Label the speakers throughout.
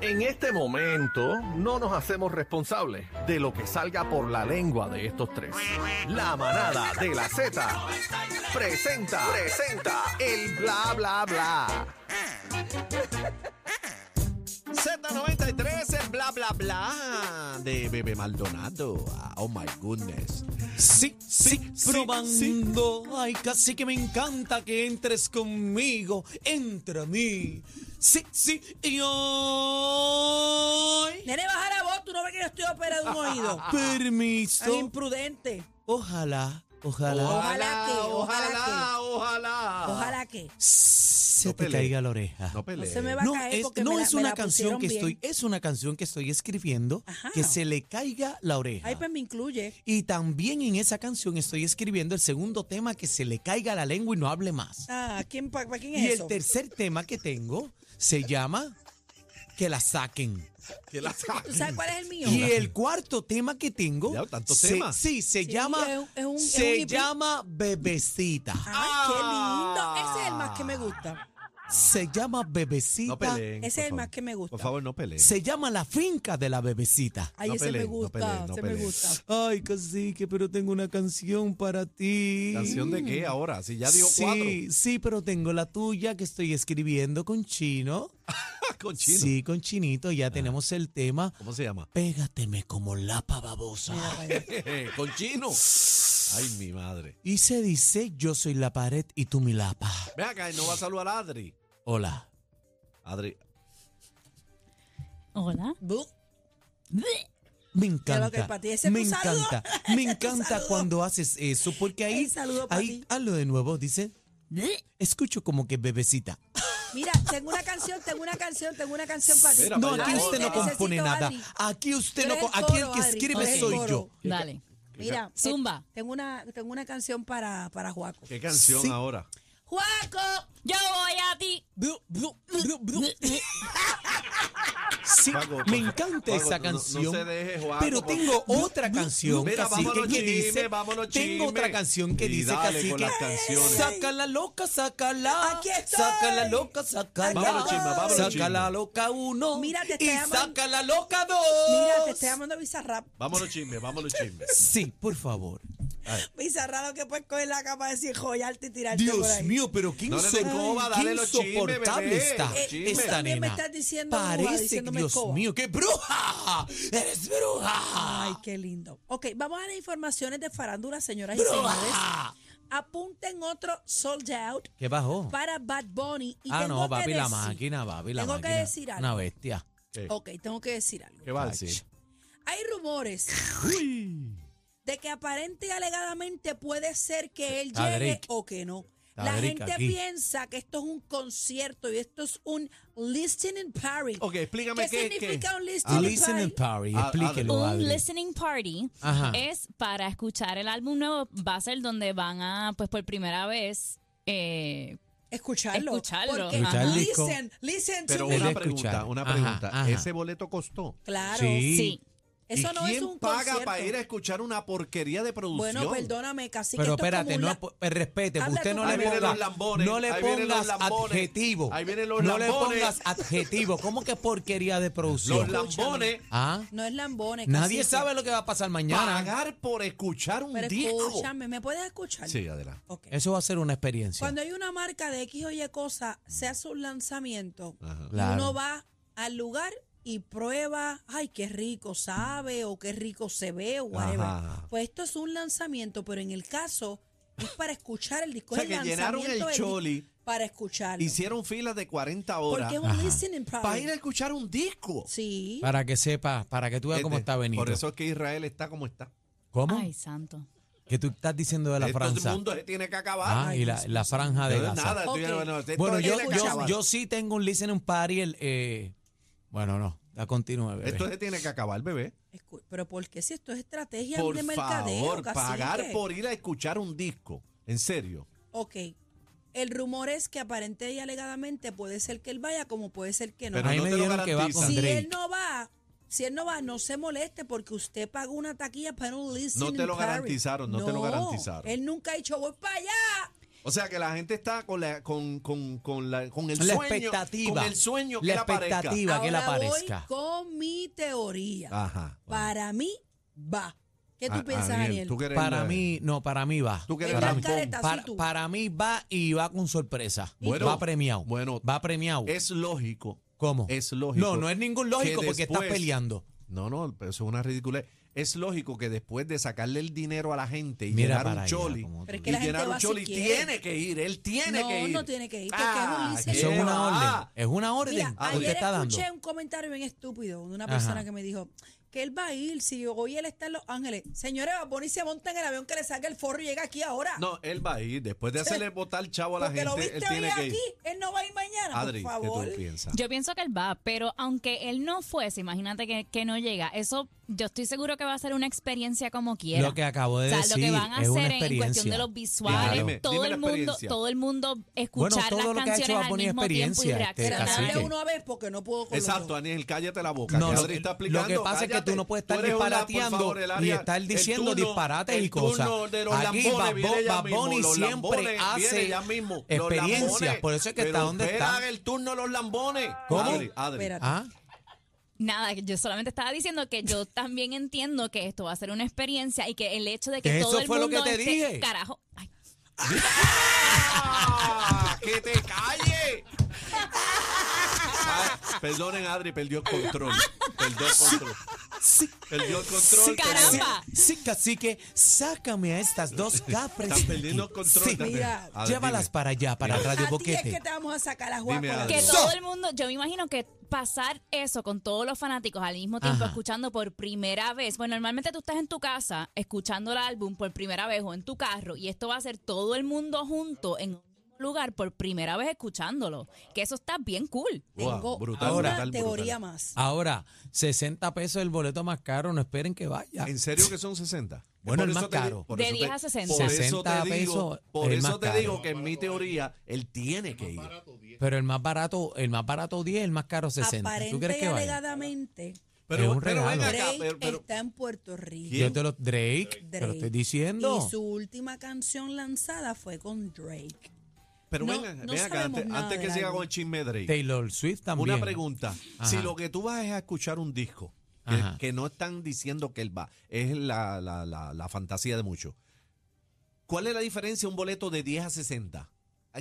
Speaker 1: En este momento no nos hacemos responsables de lo que salga por la lengua de estos tres. La manada de la Z presenta, presenta el bla bla bla.
Speaker 2: Z93, el bla bla bla de Bebe Maldonado. Ah, Oh my goodness.
Speaker 3: Sí, sí,
Speaker 2: sí,
Speaker 3: probando.
Speaker 2: sí.
Speaker 3: Ay, casi que me encanta que entres conmigo, entre a mí. Sí, sí, y hoy.
Speaker 4: Nene, baja la voz, tú no ves que yo estoy operado de un oído. Tan
Speaker 3: Permiso.
Speaker 4: imprudente.
Speaker 3: Ojalá, ojalá
Speaker 4: Ojalá que, ojalá
Speaker 2: ojalá, ojalá.
Speaker 4: Ojalá que.
Speaker 3: se
Speaker 2: No
Speaker 3: te
Speaker 2: pelees.
Speaker 3: caiga la oreja.
Speaker 2: No pelees.
Speaker 4: se me va- a
Speaker 3: No,
Speaker 4: caer
Speaker 3: es,
Speaker 4: porque
Speaker 3: no
Speaker 4: me la-
Speaker 3: es
Speaker 4: me
Speaker 3: una
Speaker 4: la
Speaker 3: canción que
Speaker 4: pusieron
Speaker 3: estoy, es una canción que estoy escribiendo
Speaker 4: Ajá.
Speaker 3: que se le caiga la oreja.
Speaker 4: Ay, pues me incluye.
Speaker 3: Y también en esa canción estoy escribiendo el segundo tema que se le caiga la lengua y no hable más.
Speaker 4: Ah, ¿quién, ¿para quién es
Speaker 3: Y el
Speaker 4: eso?
Speaker 3: tercer tema que tengo se llama Que la saquen.
Speaker 2: Que la
Speaker 4: ¿Tú sabes cuál es el mío?
Speaker 3: Y el cuarto tema que tengo.
Speaker 2: Ya, tantos
Speaker 3: se-
Speaker 2: temas.
Speaker 3: Sí, se
Speaker 4: Sí,
Speaker 3: llama.
Speaker 4: es un- es un- es un
Speaker 3: se
Speaker 4: hipí-
Speaker 3: llama Bebecita.
Speaker 4: Ay, qué lindo.
Speaker 3: Ah.
Speaker 4: Ese es el más que me gusta.
Speaker 3: Se llama Bebecita.
Speaker 2: No
Speaker 4: Ese
Speaker 2: peleen. por
Speaker 4: es el
Speaker 2: favor.
Speaker 4: más que me gusta.
Speaker 2: Por favor, no peleen.
Speaker 3: se llama La finca de la Bebecita.
Speaker 4: Ay,
Speaker 2: No
Speaker 4: ese
Speaker 2: peleen,
Speaker 4: me
Speaker 2: no
Speaker 4: gusta,
Speaker 2: peleen, no
Speaker 4: ese me
Speaker 2: peleen.
Speaker 4: gusta.
Speaker 3: Ay, cacique, pero tengo una canción para ti.
Speaker 2: ¿Canción de qué ahora? Si ya dio
Speaker 3: sí, Sí, pero tengo la tuya que estoy escribiendo con Chino.
Speaker 2: cuatro. Ah, Con chino.
Speaker 3: Sí, con Chinito. Ya tenemos el tema.
Speaker 2: ¿Cómo se llama?
Speaker 3: Pégateme como lapa babosa.
Speaker 4: Mira para allá.
Speaker 2: Con chino. Ay, mi madre.
Speaker 3: Y se dice, yo soy la pared y tú mi lapa.
Speaker 2: Ve acá, y no va a saludar a Adri.
Speaker 3: Hola.
Speaker 2: Adri.
Speaker 5: Hola.
Speaker 4: Bu-
Speaker 3: Me
Speaker 4: Ya lo que
Speaker 3: encanta.
Speaker 4: para ti, ese es
Speaker 3: me
Speaker 4: tu saludo.
Speaker 3: encanta. Me
Speaker 4: Ese es tu
Speaker 3: encanta
Speaker 4: saludo.
Speaker 3: cuando haces eso, porque ahí,
Speaker 4: El saludo para
Speaker 3: ahí
Speaker 4: ti.
Speaker 3: hazlo de nuevo, dice. Escucho como que bebecita.
Speaker 4: Mira, tengo una canción, tengo una canción, tengo una canción para ti.
Speaker 2: Mira,
Speaker 3: No,
Speaker 2: vaya,
Speaker 3: aquí
Speaker 2: Adri,
Speaker 3: usted no
Speaker 2: necesito,
Speaker 3: compone nada. Ah,
Speaker 4: Adri.
Speaker 3: Aquí usted
Speaker 4: Tú
Speaker 3: no,
Speaker 4: eres
Speaker 3: co-
Speaker 4: el
Speaker 3: aquí el
Speaker 4: coro,
Speaker 3: que
Speaker 4: Adri,
Speaker 3: escribe
Speaker 4: tú eres el
Speaker 3: soy
Speaker 4: coro.
Speaker 3: yo.
Speaker 5: Dale.
Speaker 4: Mira, eh,
Speaker 5: Zumba.
Speaker 4: Tengo una, tengo una canción para, para Juaco.
Speaker 2: ¿Qué canción
Speaker 3: Sí.
Speaker 2: ahora?
Speaker 4: ¡Juaco!
Speaker 5: Yo voy a ti.
Speaker 3: Bru, bru, bru, bru. Sí,
Speaker 2: Paco, por
Speaker 3: me
Speaker 2: favor.
Speaker 3: encanta
Speaker 2: Paco, no-
Speaker 3: esa
Speaker 2: no- no
Speaker 3: canción.
Speaker 2: se deje, Juaco,
Speaker 3: pero
Speaker 2: por-
Speaker 3: tengo otra canción
Speaker 2: Mira,
Speaker 3: cacique,
Speaker 2: vámonos
Speaker 3: que
Speaker 2: chisme,
Speaker 3: dice,
Speaker 2: vámonos chisme.
Speaker 3: tengo otra canción que
Speaker 2: Y
Speaker 3: dice
Speaker 2: dale con
Speaker 3: cacique,
Speaker 2: las canciones.
Speaker 3: sácala loca, sácala,
Speaker 4: Aquí estoy.
Speaker 3: sácala loca, sácala,
Speaker 4: Vámonos chisme, vámonos
Speaker 3: sácala
Speaker 2: chisme.
Speaker 3: loca uno
Speaker 4: Mira, te
Speaker 3: y
Speaker 4: estoy llamando-
Speaker 3: sácala loca dos.
Speaker 4: Mira, te estoy llamando Bizarrap.
Speaker 2: Vámonos chisme, vámonos chisme.
Speaker 3: Sí, por favor.
Speaker 4: Bizarrap, lo que puedes coger la capa de decir joyarte y tirarte por
Speaker 3: Dios
Speaker 4: ahí.
Speaker 3: mío, pero qué,
Speaker 2: No le
Speaker 3: insor-
Speaker 2: den coba,
Speaker 3: qué
Speaker 2: dale los chismes,
Speaker 3: insoportable
Speaker 2: bebé,
Speaker 3: está
Speaker 2: los chismes.
Speaker 3: esta
Speaker 4: También Eh, me
Speaker 3: nena.
Speaker 4: estás diciendo bruja,
Speaker 3: Parece,
Speaker 4: diciéndome
Speaker 3: Dios
Speaker 4: escoba.
Speaker 3: mío, qué bruja. Eres
Speaker 4: Ay,
Speaker 3: bruja.
Speaker 4: qué lindo. Ok, vamos a las informaciones de farándula, señoras y señores.
Speaker 3: bruja.
Speaker 4: Apunten otro sold out
Speaker 3: ¿Qué bajó?
Speaker 4: para Bad Bunny. Y
Speaker 3: Ah,
Speaker 4: tengo
Speaker 3: no,
Speaker 4: que
Speaker 3: papi, la
Speaker 4: decir-
Speaker 3: máquina, papi, la
Speaker 4: tengo
Speaker 3: máquina.
Speaker 4: que decir algo.
Speaker 3: Una bestia.
Speaker 4: Ok, tengo que decir algo.
Speaker 2: ¿Qué va a decir?
Speaker 4: Hay rumores de que aparente y alegadamente puede ser que él
Speaker 3: Está
Speaker 4: llegue
Speaker 3: Drake.
Speaker 4: o que no.
Speaker 3: Está
Speaker 4: la
Speaker 3: Drake
Speaker 4: gente
Speaker 3: aquí.
Speaker 4: piensa que esto es un concierto y esto es un listening party.
Speaker 2: Ok,
Speaker 4: ¿Qué
Speaker 2: explícame qué-
Speaker 4: significa
Speaker 2: qué?
Speaker 4: un
Speaker 3: Ah,
Speaker 4: listening
Speaker 3: Listen and party,
Speaker 4: party?
Speaker 2: Ah,
Speaker 3: explíquelo,
Speaker 5: Un
Speaker 3: Adri.
Speaker 5: listening party
Speaker 3: Ajá.
Speaker 5: es para escuchar el álbum nuevo. Va a ser donde van a, pues por primera vez, eh,
Speaker 4: Escucharlo.
Speaker 5: Escucharlo.
Speaker 4: Porque
Speaker 3: Escuchar el disco.
Speaker 4: listen, listen
Speaker 2: Pero
Speaker 4: to me.
Speaker 3: El
Speaker 2: una
Speaker 3: de
Speaker 2: pregunta,
Speaker 3: escuchar.
Speaker 2: una
Speaker 3: Ajá,
Speaker 2: pregunta.
Speaker 3: ajá.
Speaker 2: Ese boleto costó.
Speaker 4: Claro.
Speaker 3: Sí.
Speaker 5: sí.
Speaker 4: Eso
Speaker 2: ¿Y
Speaker 4: no
Speaker 2: quién
Speaker 4: es un
Speaker 2: paga
Speaker 4: concierto.
Speaker 2: para ir a escuchar una porquería de producción?
Speaker 4: bueno, perdóname, casi
Speaker 3: Pero
Speaker 4: que esto es como
Speaker 3: espérate,
Speaker 4: un
Speaker 3: no,
Speaker 4: la-
Speaker 3: po- eh, respete,
Speaker 4: Habla
Speaker 3: usted
Speaker 4: tú.
Speaker 3: no
Speaker 4: Ahí
Speaker 3: le
Speaker 4: vienen
Speaker 3: ponga,
Speaker 2: los lambones,
Speaker 3: no le
Speaker 2: ahí vienen los
Speaker 3: pongas
Speaker 2: lambones,
Speaker 3: adjetivo.
Speaker 2: ahí vienen los
Speaker 3: no
Speaker 2: lambones.
Speaker 3: le pongas adjetivo. ¿Cómo que porquería de
Speaker 2: Los
Speaker 3: producción?
Speaker 2: lambones
Speaker 3: Ah,
Speaker 4: no es lambones.
Speaker 3: nadie
Speaker 4: cacique.
Speaker 3: sabe lo que va a pasar mañana.
Speaker 2: pagar por escuchar un
Speaker 4: Pero
Speaker 2: disco.
Speaker 4: escúchame, ¿me puedes escuchar?
Speaker 2: Sí, adelante.
Speaker 4: Ok.
Speaker 3: Eso va a ser una experiencia.
Speaker 4: Cuando hay una marca de X o Y cosa, se hace un lanzamiento.
Speaker 2: Ajá.
Speaker 4: y
Speaker 3: Claro.
Speaker 4: uno va al lugar y prueba, ay, qué rico sabe o qué rico se ve o whatever.
Speaker 2: Ajá.
Speaker 4: Pues esto es un lanzamiento, pero en el caso es para escuchar el disco.
Speaker 2: O sea,
Speaker 4: es
Speaker 2: que llenaron el
Speaker 4: lanzamiento del disco
Speaker 2: choli,
Speaker 4: Para escucharlo.
Speaker 2: Hicieron filas de 40 horas
Speaker 4: Porque es un listening
Speaker 2: para ir a
Speaker 4: party.
Speaker 2: escuchar un disco.
Speaker 4: Sí.
Speaker 3: Ah. Para que sepa, para que tú veas cómo
Speaker 2: Este,
Speaker 3: está Benito.
Speaker 2: Por eso es que Israel está como está.
Speaker 3: ¿Cómo?
Speaker 5: Ay, santo.
Speaker 3: que tú estás diciendo de la
Speaker 2: Esto
Speaker 3: franja.
Speaker 2: el mundo se tiene que acabar.
Speaker 3: Ah, y la, la franja de
Speaker 2: No es
Speaker 3: Gaza.
Speaker 2: nada, esto ya
Speaker 4: Ok.
Speaker 2: no- esto
Speaker 3: Bueno, yo,
Speaker 2: tiene que
Speaker 3: yo,
Speaker 2: acabar.
Speaker 3: yo sí tengo un listening party. El, eh, bueno, no, la continúe, bebé.
Speaker 2: Esto se tiene que acabar, bebé.
Speaker 4: Escu- Pero ¿por qué si esto es estrategia
Speaker 2: Por
Speaker 4: de mercadeo?
Speaker 2: favor,
Speaker 4: cacique?
Speaker 2: pagar por ir a escuchar un disco. En serio.
Speaker 4: Ok. El rumor es que aparente y alegadamente puede ser que él vaya como puede ser que no.
Speaker 2: Pero
Speaker 3: Ahí
Speaker 2: no
Speaker 3: me
Speaker 2: te lo
Speaker 3: dijeron que va
Speaker 2: garantizan.
Speaker 3: con
Speaker 4: si
Speaker 3: Drake.
Speaker 4: él no va, si él no va, no se moleste porque usted pagó una taquilla para un listening
Speaker 2: No te lo
Speaker 4: party.
Speaker 2: garantizaron, no te lo garantizaron.
Speaker 4: Él nunca ha dicho, voy para allá.
Speaker 2: O sea que la gente está con la con, con, con la, con el
Speaker 3: la
Speaker 2: sueño.
Speaker 3: expectativa.
Speaker 2: Con el sueño que
Speaker 3: la
Speaker 2: él aparezca.
Speaker 3: expectativa que él
Speaker 4: Ahora
Speaker 3: aparezca.
Speaker 4: voy con mi teoría.
Speaker 2: Ajá. Ah, bueno.
Speaker 4: Para mí, va. ¿Qué tú
Speaker 2: Ah,
Speaker 4: piensas,
Speaker 2: Ariel,
Speaker 4: Daniel?
Speaker 2: tú que eres
Speaker 3: Para
Speaker 2: la-
Speaker 3: mí, no, para mí va.
Speaker 2: Tú que eres
Speaker 3: para,
Speaker 2: la
Speaker 3: mí,
Speaker 4: careta,
Speaker 3: para,
Speaker 4: sí, tú.
Speaker 3: para mí va y va con sorpresa.
Speaker 2: Bueno,
Speaker 3: va premiado.
Speaker 2: bueno,
Speaker 3: va premiado.
Speaker 2: Es lógico.
Speaker 3: ¿Cómo?
Speaker 2: Es lógico.
Speaker 3: No, no es ningún lógico
Speaker 2: que
Speaker 3: porque estás
Speaker 2: después-
Speaker 3: peleando.
Speaker 2: No, no, pero eso es una ridícula. Es lógico que después de sacarle el dinero a la gente y
Speaker 3: Mira
Speaker 2: llenar
Speaker 3: para
Speaker 2: un
Speaker 3: allá,
Speaker 2: choli,
Speaker 3: como tú
Speaker 4: Pero es que
Speaker 2: y
Speaker 4: la gente
Speaker 2: llenar un
Speaker 4: va si
Speaker 2: choli,
Speaker 4: quiere.
Speaker 2: tiene que ir, él tiene
Speaker 4: No,
Speaker 2: que ir.
Speaker 4: no tiene que ir, porque es un
Speaker 2: Ah,
Speaker 4: liceo.
Speaker 2: ¿qué
Speaker 3: Eso es una
Speaker 2: va?
Speaker 3: orden. Es una orden
Speaker 4: Mira,
Speaker 3: que usted
Speaker 4: ayer
Speaker 3: está dando.
Speaker 4: escuché un comentario bien estúpido de una
Speaker 3: Ajá.
Speaker 4: persona que me dijo que él va a ir si hoy él está en Los Ángeles. Señores, Bonnie se monta en el avión que le saca el forro y llega aquí ahora.
Speaker 2: No, él va a ir. Después de hacerle botar chavo a la
Speaker 4: porque lo
Speaker 2: gente,
Speaker 4: viste
Speaker 2: él
Speaker 4: hoy
Speaker 2: tiene que ir.
Speaker 4: aquí, él no va a ir mañana,
Speaker 2: Adri,
Speaker 4: por
Speaker 2: ¿qué tú
Speaker 4: favor.
Speaker 2: piensas?
Speaker 5: Yo pienso que él va, pero aunque él no fuese, imagínate que, que no llega. Eso, yo estoy seguro que va a ser una experiencia como quiera.
Speaker 3: Lo que acabo de
Speaker 5: o sea,
Speaker 3: decir
Speaker 5: lo que van a
Speaker 3: es una
Speaker 5: hacer en- en cuestión
Speaker 3: experiencia.
Speaker 5: de los visuales,
Speaker 2: Dime,
Speaker 5: todo
Speaker 2: dime la
Speaker 5: el mundo,
Speaker 2: experiencia.
Speaker 5: todo el mundo escuchar
Speaker 3: todo lo
Speaker 5: las
Speaker 3: que ha hecho
Speaker 5: canciones
Speaker 3: Bad
Speaker 5: al
Speaker 3: Bunny es
Speaker 5: mismo tiempo y
Speaker 3: experiencia, este,
Speaker 4: Pero
Speaker 5: reaccionar.
Speaker 3: Cacique.
Speaker 4: dale una vez porque no puedo con los
Speaker 2: Exacto,
Speaker 4: dos.
Speaker 2: Daniel, cállate la boca.
Speaker 3: No,
Speaker 2: que
Speaker 3: no,
Speaker 2: Adri está
Speaker 3: lo que
Speaker 2: aplicando,
Speaker 3: pasa es que
Speaker 2: cállate.
Speaker 3: tú no puedes estar
Speaker 2: eres una, por
Speaker 3: disparateando
Speaker 2: favor, el
Speaker 3: y
Speaker 2: área,
Speaker 3: estar
Speaker 2: el
Speaker 3: diciendo
Speaker 2: turno-
Speaker 3: disparates y
Speaker 2: el
Speaker 3: cosas.
Speaker 2: turno de los
Speaker 3: Aquí
Speaker 2: lambones
Speaker 3: Bad
Speaker 2: viene
Speaker 3: Bo-
Speaker 2: ya
Speaker 3: Bad
Speaker 2: mismo,
Speaker 3: Bunny
Speaker 2: los
Speaker 3: siempre
Speaker 2: lambones viene
Speaker 3: hace
Speaker 2: ya mismo, los
Speaker 3: experiencias,
Speaker 2: lambones.
Speaker 3: por eso es que está
Speaker 2: Pero
Speaker 3: donde
Speaker 2: espera
Speaker 3: está.
Speaker 2: haga el turno los lambones.
Speaker 3: ¿Cómo?
Speaker 2: Adri, Adri.
Speaker 4: Espérate.
Speaker 3: Ah,
Speaker 5: Nada, que yo solamente estaba diciendo que yo también entiendo que esto va a ser una experiencia y que el hecho de que
Speaker 3: Eso
Speaker 5: todo el
Speaker 3: fue lo
Speaker 5: mundo
Speaker 3: que te
Speaker 5: esté-
Speaker 3: dije.
Speaker 5: carajo, ay,
Speaker 2: ¡Ah! ¡Que te calle! Ah, perdonen, Adri, perdió el control. Perdió el control.
Speaker 3: sí.
Speaker 2: Perdió el control.
Speaker 5: Caramba.
Speaker 2: perdió-
Speaker 3: Sí, cacique, sácame a estas dos capres.
Speaker 2: Están perdiendo el control.
Speaker 3: Sí.
Speaker 2: Dame-
Speaker 4: Mira.
Speaker 2: Adri,
Speaker 3: Llévalas
Speaker 2: dime.
Speaker 3: para allá, para
Speaker 4: A ti
Speaker 3: Radio
Speaker 4: es que
Speaker 3: Boquete.
Speaker 4: te vamos a sacar a jugar
Speaker 2: Dime
Speaker 4: con la-
Speaker 2: algo.
Speaker 5: que
Speaker 2: Adiós.
Speaker 5: todo el mundo, yo me imagino que pasar eso con todos los fanáticos al mismo tiempo
Speaker 3: Ajá.
Speaker 5: escuchando por primera vez. Bueno, normalmente tú estás en tu casa escuchando el álbum por primera vez o en tu carro y esto va a ser todo el mundo junto en un lugar por primera vez escuchándolo, que eso está bien cool.
Speaker 2: Wow,
Speaker 4: Tengo
Speaker 2: brutal,
Speaker 4: una
Speaker 2: brutal, brutal.
Speaker 4: teoría más.
Speaker 3: Ahora, 60 pesos el boleto más caro, no esperen que vaya.
Speaker 2: ¿En serio que son 60?
Speaker 3: Bueno,
Speaker 2: Por
Speaker 3: el
Speaker 2: eso
Speaker 3: más
Speaker 2: te di-
Speaker 3: caro.
Speaker 2: por
Speaker 5: De
Speaker 2: eso te-
Speaker 5: 10 a 60.
Speaker 2: Por eso
Speaker 3: 60
Speaker 2: te digo,
Speaker 3: pesos,
Speaker 2: por
Speaker 3: el
Speaker 2: eso
Speaker 3: más
Speaker 2: te
Speaker 3: caro.
Speaker 2: digo que en mi teoría él tiene que ir.
Speaker 3: Pero el más barato, el más barato 10, el más caro 60. ¿Tú
Speaker 4: Aparente
Speaker 3: crees
Speaker 4: y
Speaker 3: que vaya?
Speaker 4: alegadamente,
Speaker 3: Es
Speaker 2: Pero,
Speaker 3: un
Speaker 2: pero ven
Speaker 3: regalo.
Speaker 2: acá,
Speaker 4: Drake
Speaker 2: pero, pero-
Speaker 4: está en Puerto Rico.
Speaker 3: Yo te lo Drake, te lo
Speaker 4: Drake.
Speaker 3: estoy diciendo.
Speaker 4: Y su última canción lanzada fue con Drake.
Speaker 2: pero
Speaker 4: No-
Speaker 2: ven, ven
Speaker 4: no
Speaker 2: acá,
Speaker 4: sabemos
Speaker 2: antes,
Speaker 4: nada
Speaker 2: antes que
Speaker 4: del
Speaker 2: siga
Speaker 4: álbum.
Speaker 2: con el chisme de Drake.
Speaker 3: Taylor Swift también.
Speaker 2: Una pregunta.
Speaker 3: Ajá.
Speaker 2: Si lo que tú vas es a escuchar un disco, que,
Speaker 3: Ajá.
Speaker 2: que no están diciendo que él va, es la, la- la- la fantasía de muchos. ¿Cuál es la diferencia un boleto de 10 a 60?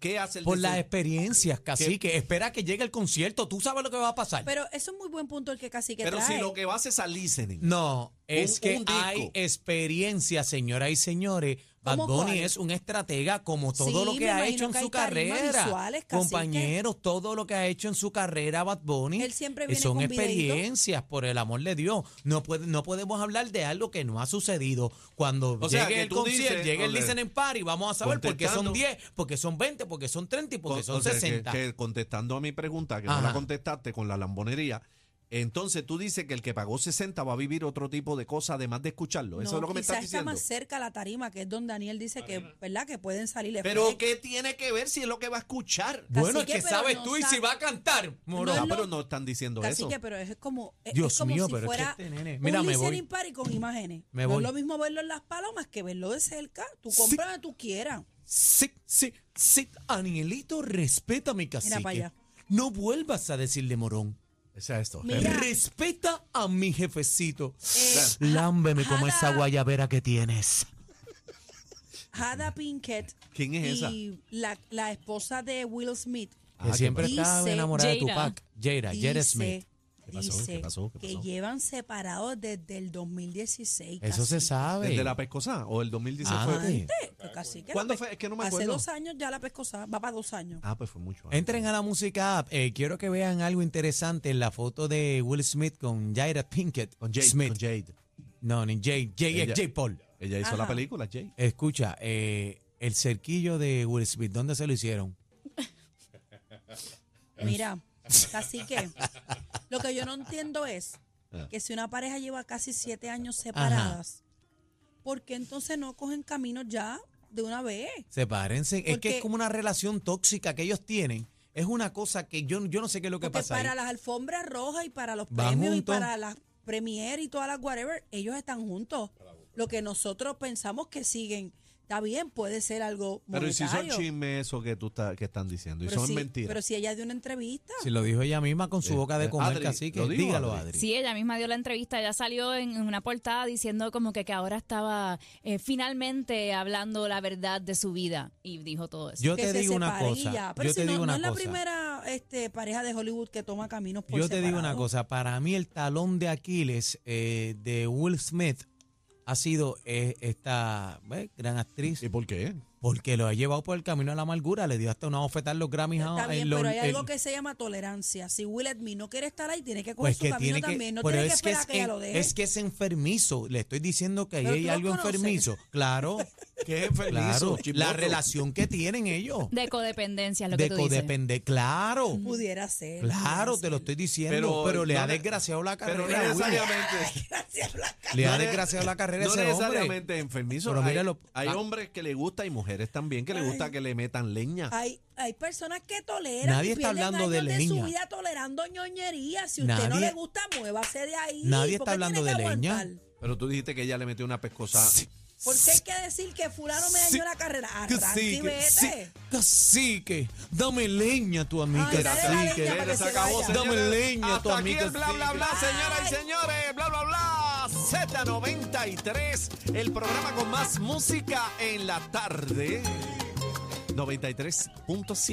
Speaker 2: ¿Qué hace el
Speaker 3: Por
Speaker 2: de
Speaker 3: las
Speaker 2: 60?
Speaker 3: experiencias, cacique. Espera que llegue el concierto. Tú sabes lo que va a pasar.
Speaker 4: Pero eso es muy buen punto el que casi que
Speaker 2: Pero
Speaker 4: trae.
Speaker 2: si lo que vas es a listening.
Speaker 3: no, es
Speaker 2: un
Speaker 3: que
Speaker 2: disco.
Speaker 3: hay experiencia, señoras y señores. Bad
Speaker 4: ¿Cómo
Speaker 3: Bunny
Speaker 4: cuál?
Speaker 3: es un estratega como todo
Speaker 4: Sí,
Speaker 3: lo
Speaker 4: me
Speaker 3: que ha
Speaker 4: imagino
Speaker 3: hecho en
Speaker 4: que hay
Speaker 3: su
Speaker 4: tarimas
Speaker 3: carrera.
Speaker 4: visuales, cacique.
Speaker 3: Compañeros, todo lo que ha hecho en su carrera Bad Bunny
Speaker 4: Él siempre
Speaker 3: eh,
Speaker 4: viene
Speaker 3: son
Speaker 4: con videíto.
Speaker 3: experiencias, por el amor de Dios. No, puede, no podemos hablar de algo que no ha sucedido. Cuando
Speaker 2: O sea,
Speaker 3: llegue
Speaker 2: que
Speaker 3: el
Speaker 2: tú
Speaker 3: concierto,
Speaker 2: dices,
Speaker 3: llegue el
Speaker 2: ole,
Speaker 3: listening party, vamos a saber por qué son
Speaker 2: contestando.
Speaker 3: 10, porque son 20, porque son 30 y porque
Speaker 2: Con-
Speaker 3: son
Speaker 2: o sea, que-
Speaker 3: 60.
Speaker 2: Que, contestando a mi pregunta, que no
Speaker 3: Ajá.
Speaker 2: la contestaste con la lambonería. Entonces tú dices que el que pagó 60 va a vivir otro tipo de cosas además de escucharlo. Eso
Speaker 4: No,
Speaker 2: es lo que me
Speaker 4: quizás
Speaker 2: estás
Speaker 4: está
Speaker 2: diciendo.
Speaker 4: más cerca la tarima, que es donde Daniel dice que, ¿verdad? Que pueden salir
Speaker 2: Pero ¿qué tiene que ver si es lo que va a escuchar?
Speaker 4: Cacique,
Speaker 3: Bueno, es que
Speaker 4: pero
Speaker 3: sabes
Speaker 4: no
Speaker 3: tú y
Speaker 4: sabe.
Speaker 3: si va a cantar,
Speaker 4: No
Speaker 3: moro.
Speaker 4: es
Speaker 2: Ah,
Speaker 4: lo-
Speaker 2: pero no están diciendo
Speaker 4: Así
Speaker 2: eso.
Speaker 4: que, pero es como, es,
Speaker 3: Dios
Speaker 4: es como
Speaker 3: mío,
Speaker 4: si
Speaker 3: pero es que
Speaker 4: fuera
Speaker 3: este nene- Mira,
Speaker 4: un
Speaker 3: me voy.
Speaker 4: listening party con imágenes.
Speaker 3: Me
Speaker 4: no
Speaker 3: voy.
Speaker 4: es lo mismo verlo en las palomas que verlo de cerca. Tú
Speaker 3: Sí.
Speaker 4: compras donde tú quieras.
Speaker 3: Sí, sí, sí, Anielito, respeta a mi cacique.
Speaker 4: pa' allá.
Speaker 3: No vuelvas a decirle morón.
Speaker 2: Esa es esto.
Speaker 4: Mira.
Speaker 3: Respeta a mi jefecito.
Speaker 4: Eh,
Speaker 3: Lámbeme como
Speaker 4: jala.
Speaker 3: esa guayabera que tienes.
Speaker 4: Hada Pinkett
Speaker 2: ¿Quién es esa?
Speaker 4: y la, la esposa de Will Smith
Speaker 2: Ah,
Speaker 3: Que
Speaker 2: ¿qué
Speaker 3: siempre
Speaker 4: pasó?
Speaker 3: estaba
Speaker 4: Dice
Speaker 3: enamorada de
Speaker 5: Jada.
Speaker 3: Tupac. Jada, Jada Smith.
Speaker 2: ¿Qué pasó?
Speaker 4: dice
Speaker 2: ¿Qué pasó? ¿Qué
Speaker 4: que
Speaker 2: pasó?
Speaker 4: llevan separados desde el 2016.
Speaker 3: Eso se
Speaker 4: cacique.
Speaker 3: sabe.
Speaker 2: ¿Desde la pescosa o el 2016 fue?
Speaker 3: Antes.
Speaker 4: Que cacique,
Speaker 2: ¿Cuándo
Speaker 4: la pe-
Speaker 2: fue? Es que no me
Speaker 4: Hace
Speaker 2: acuerdo.
Speaker 4: dos años ya la pescosa, va para dos años.
Speaker 2: Ah, pues fue mucho. antes.
Speaker 3: Entren a la música app. Eh, quiero que vean algo interesante en la foto de Will Smith con Jada Pinkett
Speaker 2: con Eh, Jade.
Speaker 3: Smith.
Speaker 2: Con Jade.
Speaker 3: No, ni Jade. Jade es
Speaker 2: Ella-
Speaker 3: J. Paul.
Speaker 2: Ella hizo la
Speaker 4: Ajá.
Speaker 2: película, Jay.
Speaker 3: Escucha, eh, el cerquillo de Will Smith, ¿dónde se lo hicieron?
Speaker 4: Mira, así que lo que yo no entiendo es
Speaker 3: Ah.
Speaker 4: que si una pareja lleva casi siete años separadas, ¿por qué entonces no cogen caminos ya de una vez?
Speaker 3: Sepárense. Es que
Speaker 4: Porque-
Speaker 3: es como una relación tóxica que ellos tienen. Es una cosa que yo, yo no sé qué es lo que
Speaker 4: Porque
Speaker 3: pasa. ahí.
Speaker 4: para las alfombras rojas y para los
Speaker 3: Van
Speaker 4: premios
Speaker 3: juntos.
Speaker 4: y para las premier y todas las whatever, ellos están juntos. Lo que nosotros pensamos que siguen, está bien, puede ser algo
Speaker 2: Pero ¿y si son
Speaker 4: monetario.
Speaker 2: chismes eso que tú estás- que están diciendo? Y
Speaker 4: pero
Speaker 2: son
Speaker 4: si,
Speaker 2: mentiras.
Speaker 4: Pero si ella dio una entrevista,
Speaker 3: Si lo dijo ella misma con su
Speaker 2: Eh,
Speaker 3: boca de
Speaker 2: eh,
Speaker 3: comer,
Speaker 2: Adri,
Speaker 3: así que
Speaker 2: lo dijo,
Speaker 3: dígalo,
Speaker 2: Adri.
Speaker 3: Adri.
Speaker 5: Sí, ella misma dio la entrevista, ella salió en en una portada diciendo como que, que ahora estaba eh, finalmente hablando la verdad de su vida y dijo todo eso.
Speaker 3: Yo
Speaker 4: que
Speaker 3: te
Speaker 4: se
Speaker 3: digo una
Speaker 4: separen y
Speaker 3: cosa.
Speaker 4: ya. Pero
Speaker 3: Yo
Speaker 4: si
Speaker 3: te
Speaker 4: no,
Speaker 3: digo
Speaker 4: no
Speaker 3: una
Speaker 4: es la
Speaker 3: cosa.
Speaker 4: primera este, pareja de Hollywood que toma caminos por
Speaker 3: Yo te digo una
Speaker 4: separado.
Speaker 3: cosa. Para mí el talón de Aquiles eh, de Will Smith ha sido eh, esta eh, gran actriz
Speaker 2: ¿Y por qué?
Speaker 3: porque lo ha llevado por el camino a la amargura. Le dio hasta una oferta en los Grammys. a-
Speaker 4: Está
Speaker 3: en
Speaker 4: bien,
Speaker 3: los-
Speaker 4: pero hay algo
Speaker 3: en-
Speaker 4: que se llama tolerancia. Si Will Smith no quiere estar ahí, tiene que coger
Speaker 3: Pues
Speaker 4: su
Speaker 3: que
Speaker 4: camino
Speaker 3: tiene
Speaker 4: también.
Speaker 3: que,
Speaker 4: no
Speaker 3: pero
Speaker 4: tiene que
Speaker 3: es que
Speaker 4: esperar
Speaker 3: es,
Speaker 4: a que ella lo deje.
Speaker 3: es que es enfermizo. Le estoy diciendo que ahí
Speaker 4: Pero
Speaker 3: hay
Speaker 4: tú los
Speaker 3: algo
Speaker 4: conoces.
Speaker 3: enfermizo. Claro,
Speaker 2: ¿Qué enfermizo?
Speaker 3: claro. La
Speaker 2: Chismoso.
Speaker 3: relación que tienen ellos
Speaker 5: De codependencia, es lo
Speaker 3: de
Speaker 5: que tú dices.
Speaker 3: codepender. Claro,
Speaker 4: Pudiera ser.
Speaker 3: claro, te lo
Speaker 4: pudiera
Speaker 3: estoy diciendo. Pero,
Speaker 2: Pero
Speaker 3: le ha
Speaker 2: no ne-
Speaker 3: desgraciado la
Speaker 2: Pero no
Speaker 3: carrera. a Will.
Speaker 2: necesariamente.
Speaker 4: ser. Gracias, Blanca.
Speaker 3: le
Speaker 2: no
Speaker 3: ha
Speaker 2: ne-
Speaker 3: desgraciado la carrera a
Speaker 2: No
Speaker 3: ese hombre.
Speaker 2: necesariamente enfermizo.
Speaker 3: Pero
Speaker 2: hay,
Speaker 3: míralo.
Speaker 2: hay
Speaker 3: Ah.
Speaker 2: hombres que le gusta y mujeres también que le
Speaker 4: Ay.
Speaker 2: gusta que le metan leña.
Speaker 4: Hay, hay personas que toleran.
Speaker 3: Nadie
Speaker 4: y
Speaker 3: está
Speaker 4: pierden
Speaker 3: hablando de
Speaker 4: años de su
Speaker 3: leña.
Speaker 4: vida tolerando ñoñería. Si usted no
Speaker 3: Nadie-
Speaker 4: le gusta, muévase de ahí.
Speaker 3: Nadie
Speaker 4: ¿Por
Speaker 3: está
Speaker 4: qué
Speaker 3: hablando
Speaker 4: tiene que
Speaker 3: de leña.
Speaker 4: aguantar?
Speaker 2: Pero tú dijiste que ella le metió una pescosa.
Speaker 3: Sí,
Speaker 4: ¿Por qué hay que decir que fulano me dañó
Speaker 3: Sí.
Speaker 4: la carrera?
Speaker 3: que
Speaker 4: Arranca
Speaker 3: sí,
Speaker 4: y
Speaker 3: que
Speaker 4: vete.
Speaker 3: sí, que sí, que dame leña tu amiga.
Speaker 4: Ay,
Speaker 3: sí,
Speaker 4: dale la
Speaker 3: que
Speaker 4: leña para que
Speaker 3: se
Speaker 4: se
Speaker 3: acabó,
Speaker 4: vaya.
Speaker 3: Dame
Speaker 2: señores.
Speaker 3: leña tu
Speaker 2: Hasta
Speaker 3: amiga.
Speaker 2: Aquí el bla,
Speaker 3: sí,
Speaker 2: bla,
Speaker 3: que-
Speaker 2: bla, señoras y señores. Bla, bla, bla. Z93, el programa con más música en la tarde. 93.7.